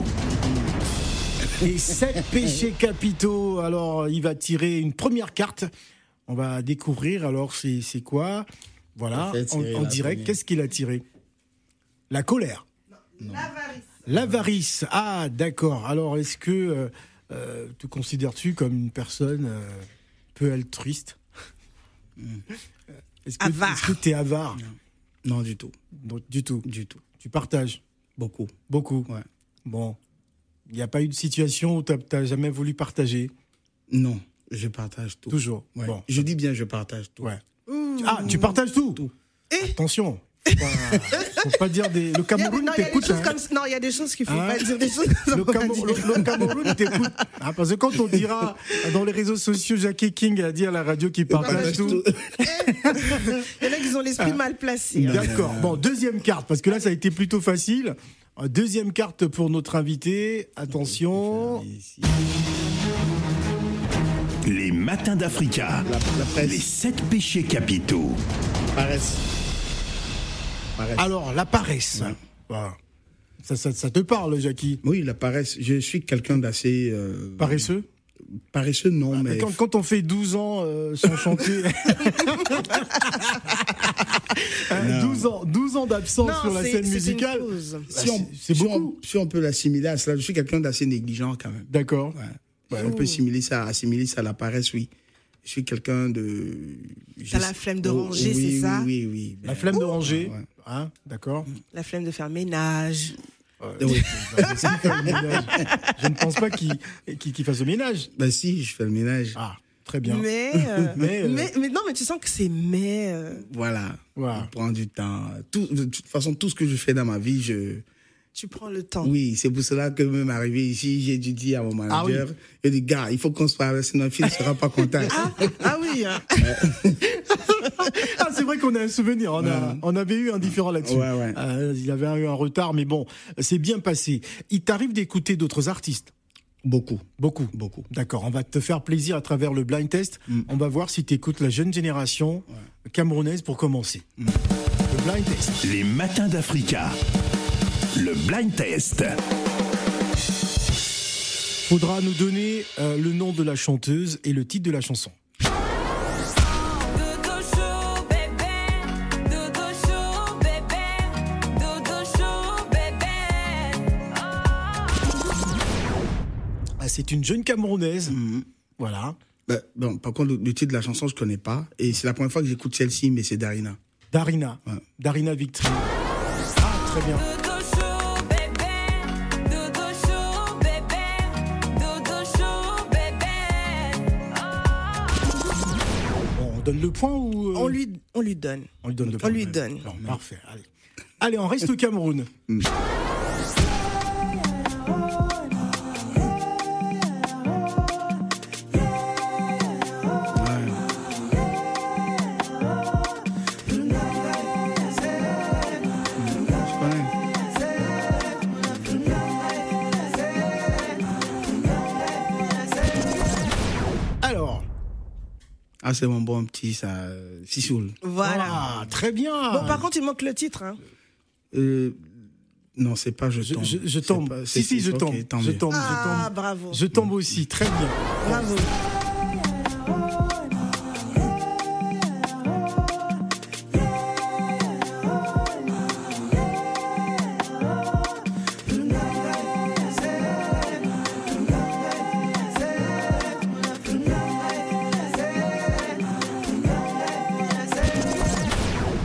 S3: Les sept péchés capitaux. Alors, il va tirer une première carte. On va découvrir. Alors, c'est c'est quoi Voilà,
S4: En fait,
S3: en,
S4: tirer
S3: en
S4: la
S3: direct,
S4: première.
S3: qu'est-ce qu'il a tiré La colère. L'avarice. Ah, d'accord. Alors, est-ce que euh, euh, te considères-tu comme une personne euh, peu altruiste Est-ce
S7: Avare.
S3: que tu es avare
S4: Non, du tout.
S3: Non, Du tout.
S4: Du tout.
S3: Tu partages
S4: Beaucoup.
S3: beaucoup.
S4: Ouais.
S3: Bon. Il n'y a pas eu de situation où tu n'as jamais voulu partager
S4: Non, je partage tout.
S3: Toujours.
S4: Ouais.
S3: Bon.
S4: Je dis bien, je partage tout.
S3: Ouais. Ah, tu partages tout, Attention. Faut pas, faut pas dire des. Le
S7: Il y a des-
S3: Cameroun
S7: non, il y a des
S3: t'écoute.
S7: choses
S3: hein.
S7: comme ça- Non, il y a des choses qu'il faut
S3: Hein
S7: pas dire. Des choses
S3: Le, Camou- le- le Cameroun t'écoute. Ah, parce que quand on dira dans les réseaux sociaux, Jackie King a dit à la radio qu'il partage
S4: partage
S3: tout.
S7: Il y en a qui ont
S3: Ah.
S7: l'esprit mal placé. hein.
S3: D'accord.
S4: Euh,
S3: Bon, deuxième carte, parce que là, ça a été plutôt facile. Euh, Deuxième carte pour notre invité. Attention.
S10: Les Matin d'Africa.
S4: La, la presse.
S10: Les 7 péchés capitaux.
S4: Paresse. Paresse.
S3: Alors, la paresse.
S4: Ouais.
S3: Voilà. Ça, ça- ça te parle, Jackie
S4: Oui, la paresse. Je suis quelqu'un d'assez. euh,
S3: Paresseux
S4: Paresseux, non, mais.
S3: Quand, quand on fait 12 ans euh, sans chanter. Euh,
S4: Non.
S3: 12 Hein, ans, 12 ans d'absence sur la
S7: c'est-
S3: scène
S7: c'est une
S3: musicale.
S7: chose.
S4: si on,
S3: c'est
S4: si
S3: beaucoup.
S4: on- si on peut l'assimiler à cela, je suis quelqu'un d'assez négligent quand même.
S3: D'accord.
S4: Ouais. Ouais, on peut assimiler ça, assimiler ça à la paresse, oui. Je suis quelqu'un de.
S7: T'as la flemme de
S4: Oh,
S7: ranger,
S4: oui,
S7: c'est
S4: oui,
S7: ça
S4: Oui, oui.
S3: La flemme de ranger.
S4: ouais.
S3: Hein, D'accord. Ah
S7: La flemme de faire ménage.
S4: Ben oui.
S3: je ne pense pas qu'il qu'il- qu'il fasse le ménage.
S4: Ben si, je fais le ménage.
S3: Ah, très bien.
S7: Mais, euh,
S3: Mais,
S7: mais,
S3: euh,
S7: mais non, mais tu sens que c'est mais. euh,
S4: Voilà.
S3: Voilà.
S4: On prend du temps. Tout- de toute façon, tout ce que je fais dans ma vie, je.
S7: tu prends le temps.
S4: Oui, c'est pour cela que même arrivé ici, j'ai dû dire à mon
S3: Ah oui.
S4: manager, j'ai dit, gars, il faut qu'on se parle, sinon le fils ne sera pas content.
S7: Ah oui, hein.
S3: Ah, c'est vrai qu'on a un souvenir. On, a, on avait eu un différent là-dessus.
S4: Ouais, ouais.
S3: Euh, il y avait eu un retard, mais bon, c'est bien passé. Il t'arrive d'écouter d'autres artistes
S4: Beaucoup.
S3: Beaucoup.
S4: Beaucoup. Mm.
S3: D'accord, on va te faire plaisir à travers le blind test. On va voir si tu écoutes la jeune génération camerounaise pour commencer.
S4: Mm.
S3: Le blind test.
S10: Les Matins d'Africa. Le blind test.
S3: Faudra nous donner euh, le nom de la chanteuse et le titre de la chanson.
S9: Dodo chaud bébé, dodo chaud bébé, dodo chaud bébé.
S3: Ah, c'est une jeune camerounaise.
S7: Mm-hmm.
S3: Voilà.
S4: Ben, bon, par contre, le, le titre de la chanson, je ne connais pas. Et c'est la première fois que j'écoute celle-ci, mais c'est Darina.
S3: Darina.
S4: Ouais.
S3: Darina Victory. Ah, très bien.
S9: Dodo chaud bébé, dodo chaud bébé, dodo chaud bébé.
S3: Bon, on donne le point ou. euh,
S7: On lui, on lui donne.
S3: on lui donne le
S7: On
S3: point.
S7: lui donne.
S3: Bon, parfait. Allez. Allez, on reste au Cameroun.
S4: Je connais.
S3: Alors.
S4: Ah, c'est mon bon petit, ça. euh, Sissoul.
S7: Voilà.
S3: Ah, très bien.
S7: Bon, par contre, il manque le titre. hein.
S4: Euh, non, c'est pas Je
S3: je,
S4: tombe.
S3: je- je
S4: C'est
S3: tombe.
S4: pas-
S3: si,
S4: c'est-
S3: si, je
S4: ok,
S3: tombe.
S4: tant
S3: je
S4: mieux.
S3: tombe. je
S7: Ah,
S3: tombe.
S7: bravo.
S3: Je tombe aussi. Très bien.
S7: Bravo.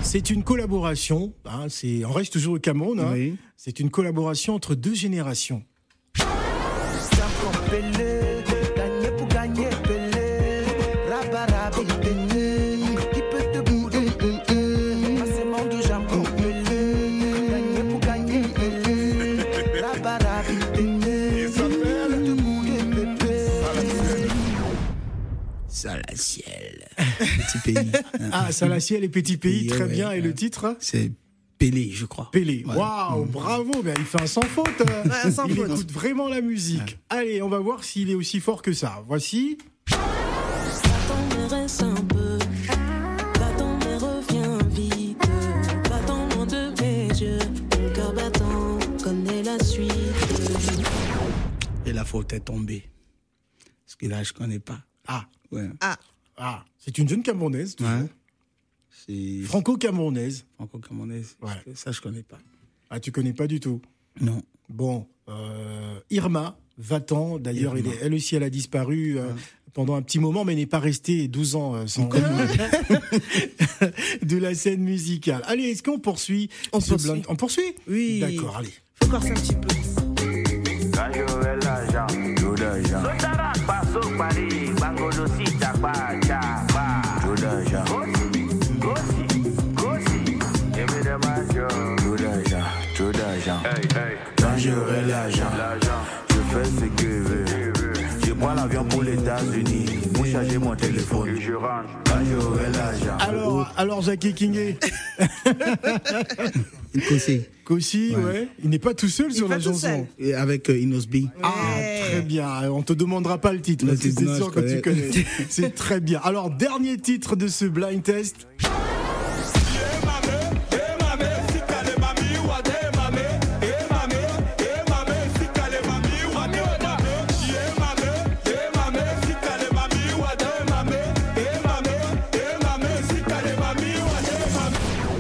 S3: C'est une collaboration. hein, c'est, on reste toujours au Cameroun. hein.
S4: Oui.
S3: C'est une collaboration entre deux générations.
S4: Ça, la ciel. Petit pays.
S3: Ah, Salaciel et Petit Pays,
S4: Oui,
S3: très
S4: ouais,
S3: bien. Et
S4: ouais.
S3: le titre hein
S4: C'est Pélé, je crois.
S3: Pélé.
S4: Ouais.
S3: Waouh, bravo. ben, il fait un sans faute. euh.
S7: Mm. Ouais, un sans
S3: il
S7: faute.
S3: écoute vraiment la musique. Allez, on va voir s'il est aussi fort que ça. Voici.
S9: Attends mais reste un peu, attends mais reviens vite, attends loin de mes yeux, mon cœur battant connaît la suite.
S4: Et la faute est tombée. Parce que là, je connais pas.
S3: Ah,
S4: Ouais.
S7: Ah,
S3: ah, c'est une jeune Camerounaise. toujours.
S4: Ouais. C'est
S3: Franco-Camerounaise.
S4: franco-camerounais.
S3: Ouais.
S4: Ça, je connais pas.
S3: Ah, tu connais pas du tout.
S4: Non.
S3: Bon, euh, Irma, va-t'en. D'ailleurs, elle,
S4: Irma.
S3: est- elle aussi, elle a disparu euh, pendant un petit moment, mais n'est pas restée 12 ans euh, sans de la scène musicale. Allez, est-ce qu'on poursuit
S7: On
S3: ce
S7: poursuit.
S3: On poursuit
S7: Oui.
S3: D'accord, allez.
S7: faut corser un petit peu.
S11: Quand j'aurai l'argent, je fais ce que je veux. Je prends l'avion pour les États-Unis pour charger mon téléphone. Quand j'aurai l'argent,
S3: Alors, alors Jackie Kingé,
S4: Écossais.
S3: Kossi, ouais. Il n'est pas tout seul
S7: Il
S3: sur
S7: est
S3: la
S7: pas tout seul.
S3: chanson.
S4: Et avec euh, Inosbi.
S3: Ah,
S7: Eh.
S3: très bien. On te demandera pas le titre,
S4: Le
S3: parce que
S4: titre,
S3: c'est
S4: non,
S3: sûr que
S4: je
S3: tu
S4: connais.
S3: connais. C'est très bien. Alors, dernier titre de ce blind test.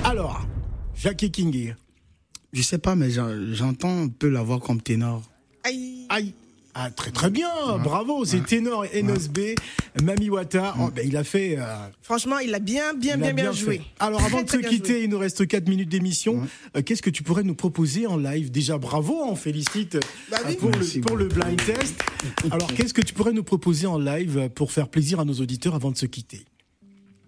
S3: Alors, Jackie King.
S4: Je sais pas, mais j'en- j'entends un peu la voix comme ténor.
S7: Aïe.
S3: Aïe. Ah, très très bien, bravo, c'est ténor NSB, Mami Wata. Oh, ben, il a fait. euh,
S7: Franchement, il a bien, bien,
S3: il
S7: bien,
S3: a
S7: bien,
S3: fait.
S7: joué.
S3: Alors, avant de se
S7: Très, très bien joué.
S3: quitter, il nous reste 4 minutes d'émission. Euh, Qu'est-ce que tu pourrais nous proposer en live Déjà, bravo, on félicite
S7: Bah
S3: euh,
S7: oui.
S3: pour,
S4: Merci
S3: le, pour le blind test. Alors, qu'est-ce que tu pourrais nous proposer en live euh, pour faire plaisir à nos auditeurs avant de se quitter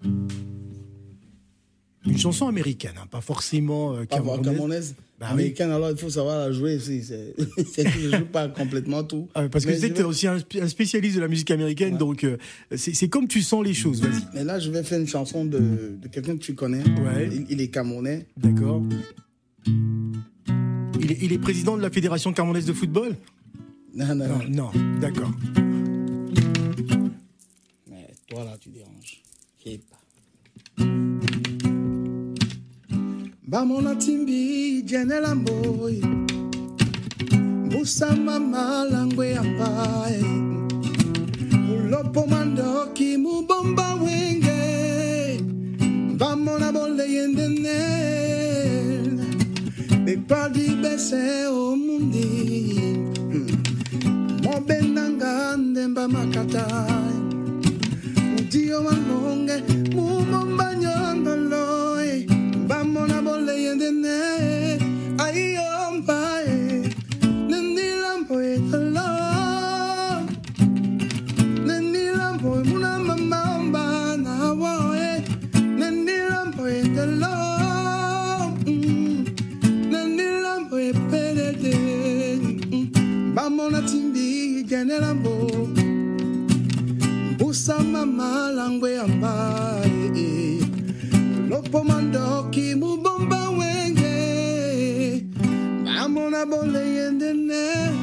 S3: Une chanson américaine, hein, pas forcément euh, camerounaise. Bah oui.
S4: Américaine, alors il faut savoir la jouer aussi. C'est c'est que je joue pas complètement tout.
S3: Ah, parce que
S4: Mais
S3: tu sais
S4: je
S3: que tu es
S4: vais-
S3: aussi un, spé- un spécialiste de la musique américaine, donc euh, c'est c'est comme tu sens les choses, vas-y.
S4: Mais là, je vais faire une chanson de, de quelqu'un que tu connais.
S3: Ouais.
S4: Il, il est camerounais.
S3: D'accord il est, il est président de la Fédération camerounaise de football
S4: Non, non, non.
S3: Non, non, d'accord.
S4: Mais toi, là, tu déranges. Hip. Bamona timbi janela mboy Busa mama langwe ampae Ulopo mandoki mubomba wenge Bamona bole yendene Bepadi bese o mundi Mobenanga ndemba makatai Dio mangonge mumo mbanyondoloi bamona bole yendene ayombae nenilamboe tolo nenilamboe muna mamamba na wae nenilamboe tolo Mm. nenilamboe pelede Mm. bamona timbi genelamboe busama malangwe eh, ambaye lopomandoki mubomba wenge bamona bole yendene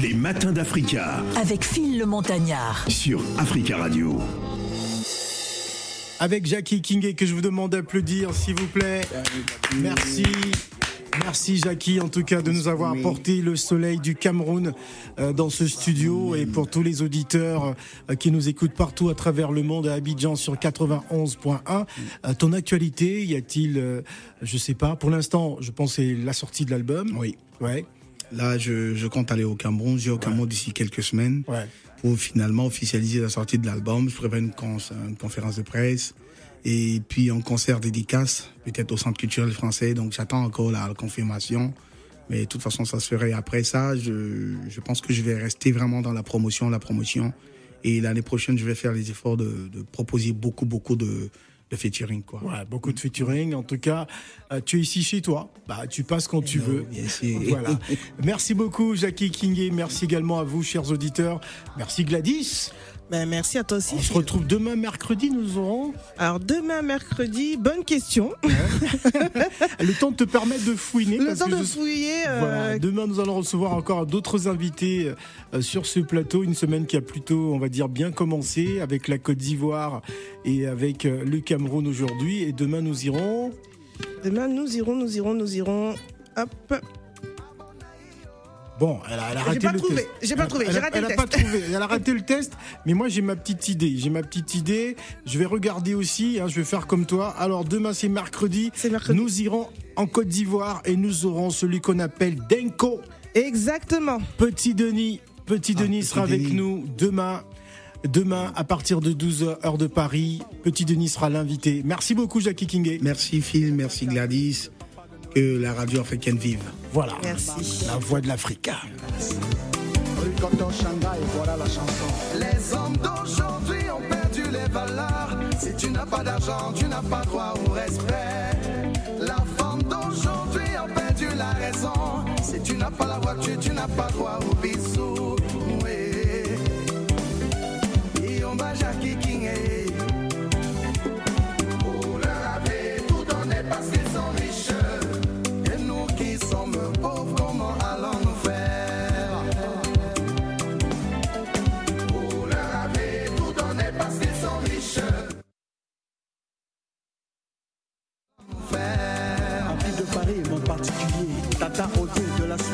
S10: Les matins d'Africa
S12: Avec Phil le Montagnard.
S10: sur Africa Radio.
S3: Avec Jackie King et que je vous demande d'applaudir, s'il vous plaît. Merci. Merci Jackie en tout cas de nous avoir apporté le soleil du Cameroun euh, dans ce studio et pour tous les auditeurs euh, qui nous écoutent partout à travers le monde à Abidjan sur 91.1. Euh, ton actualité, y a-t-il, euh, je sais pas, pour l'instant je pense que c'est la sortie de l'album.
S4: Oui.
S3: Ouais.
S4: Là, je, je compte aller au Cameroun. J'ai au Cameroun d'ici quelques semaines
S3: Ouais.
S4: pour finalement officialiser la sortie de l'album. Je prépare une, cons- une conférence de presse et puis un concert dédicace, peut-être au Centre culturel français. Donc, j'attends encore la, la confirmation. Mais de toute façon, ça se ferait après ça. Je, je pense que je vais rester vraiment dans la promotion, la promotion. Et l'année prochaine, je vais faire les efforts de, de proposer beaucoup, beaucoup de, de featuring. Quoi.
S3: Ouais, beaucoup de featuring. En tout cas, euh, tu es ici chez toi. Bah, tu passes quand tu veux.
S4: bien sûr.
S3: Voilà. Merci beaucoup, Jackie Kingé. Merci également à vous, chers auditeurs. Merci, Gladys.
S7: Ben, merci à toi aussi.
S3: On se
S7: Phil.
S3: retrouve demain, mercredi. Nous aurons
S7: Alors demain mercredi, bonne question.
S3: le temps de te permettre de fouiner.
S7: Le
S3: parce
S7: temps
S3: que
S7: de
S3: je-
S7: fouiller. euh,
S3: Voilà. Demain, nous allons recevoir encore d'autres invités euh, sur ce plateau. Une semaine qui a plutôt, on va dire, bien commencé avec la Côte d'Ivoire et avec euh, le Cameroun aujourd'hui. Et demain, nous irons.
S7: Demain nous irons, nous irons, nous irons. Hop.
S3: Bon, elle a, elle a
S7: J'ai
S3: raté
S7: pas
S3: le
S7: trouvé,
S3: test.
S7: j'ai pas
S3: Elle a-
S7: trouvé,
S3: elle
S7: j'ai
S3: a-
S7: raté
S3: elle
S7: le
S3: a
S7: test.
S3: pas trouvé, elle a raté le test. Mais moi, j'ai ma petite idée. J'ai ma petite idée. Je vais regarder aussi. hein, je vais faire comme toi. Alors demain, c'est mercredi.
S7: C'est mercredi.
S3: Nous irons en Côte d'Ivoire et nous aurons celui qu'on appelle Denko.
S7: Exactement.
S3: Petit Denis. Petit Denis sera avec
S4: Ah, Denis.
S3: nous demain. Demain, à partir de 12h, heure de Paris, Petit Denis sera l'invité. Merci beaucoup, Jackie Kingé.
S4: Merci, Phil. Merci, Gladys. Que la radio africaine vive.
S3: Voilà.
S7: Merci.
S3: La voix de l'Afrique.
S8: Rue Compton, Shanghai, voilà la chanson.
S5: Les hommes d'aujourd'hui ont perdu les valeurs. Si tu n'as pas d'argent, tu n'as pas droit au respect. La femme d'aujourd'hui a perdu la raison. Si tu n'as pas la voiture, tu n'as pas droit au bisou. Ouais. Et on va Jackie King, eh.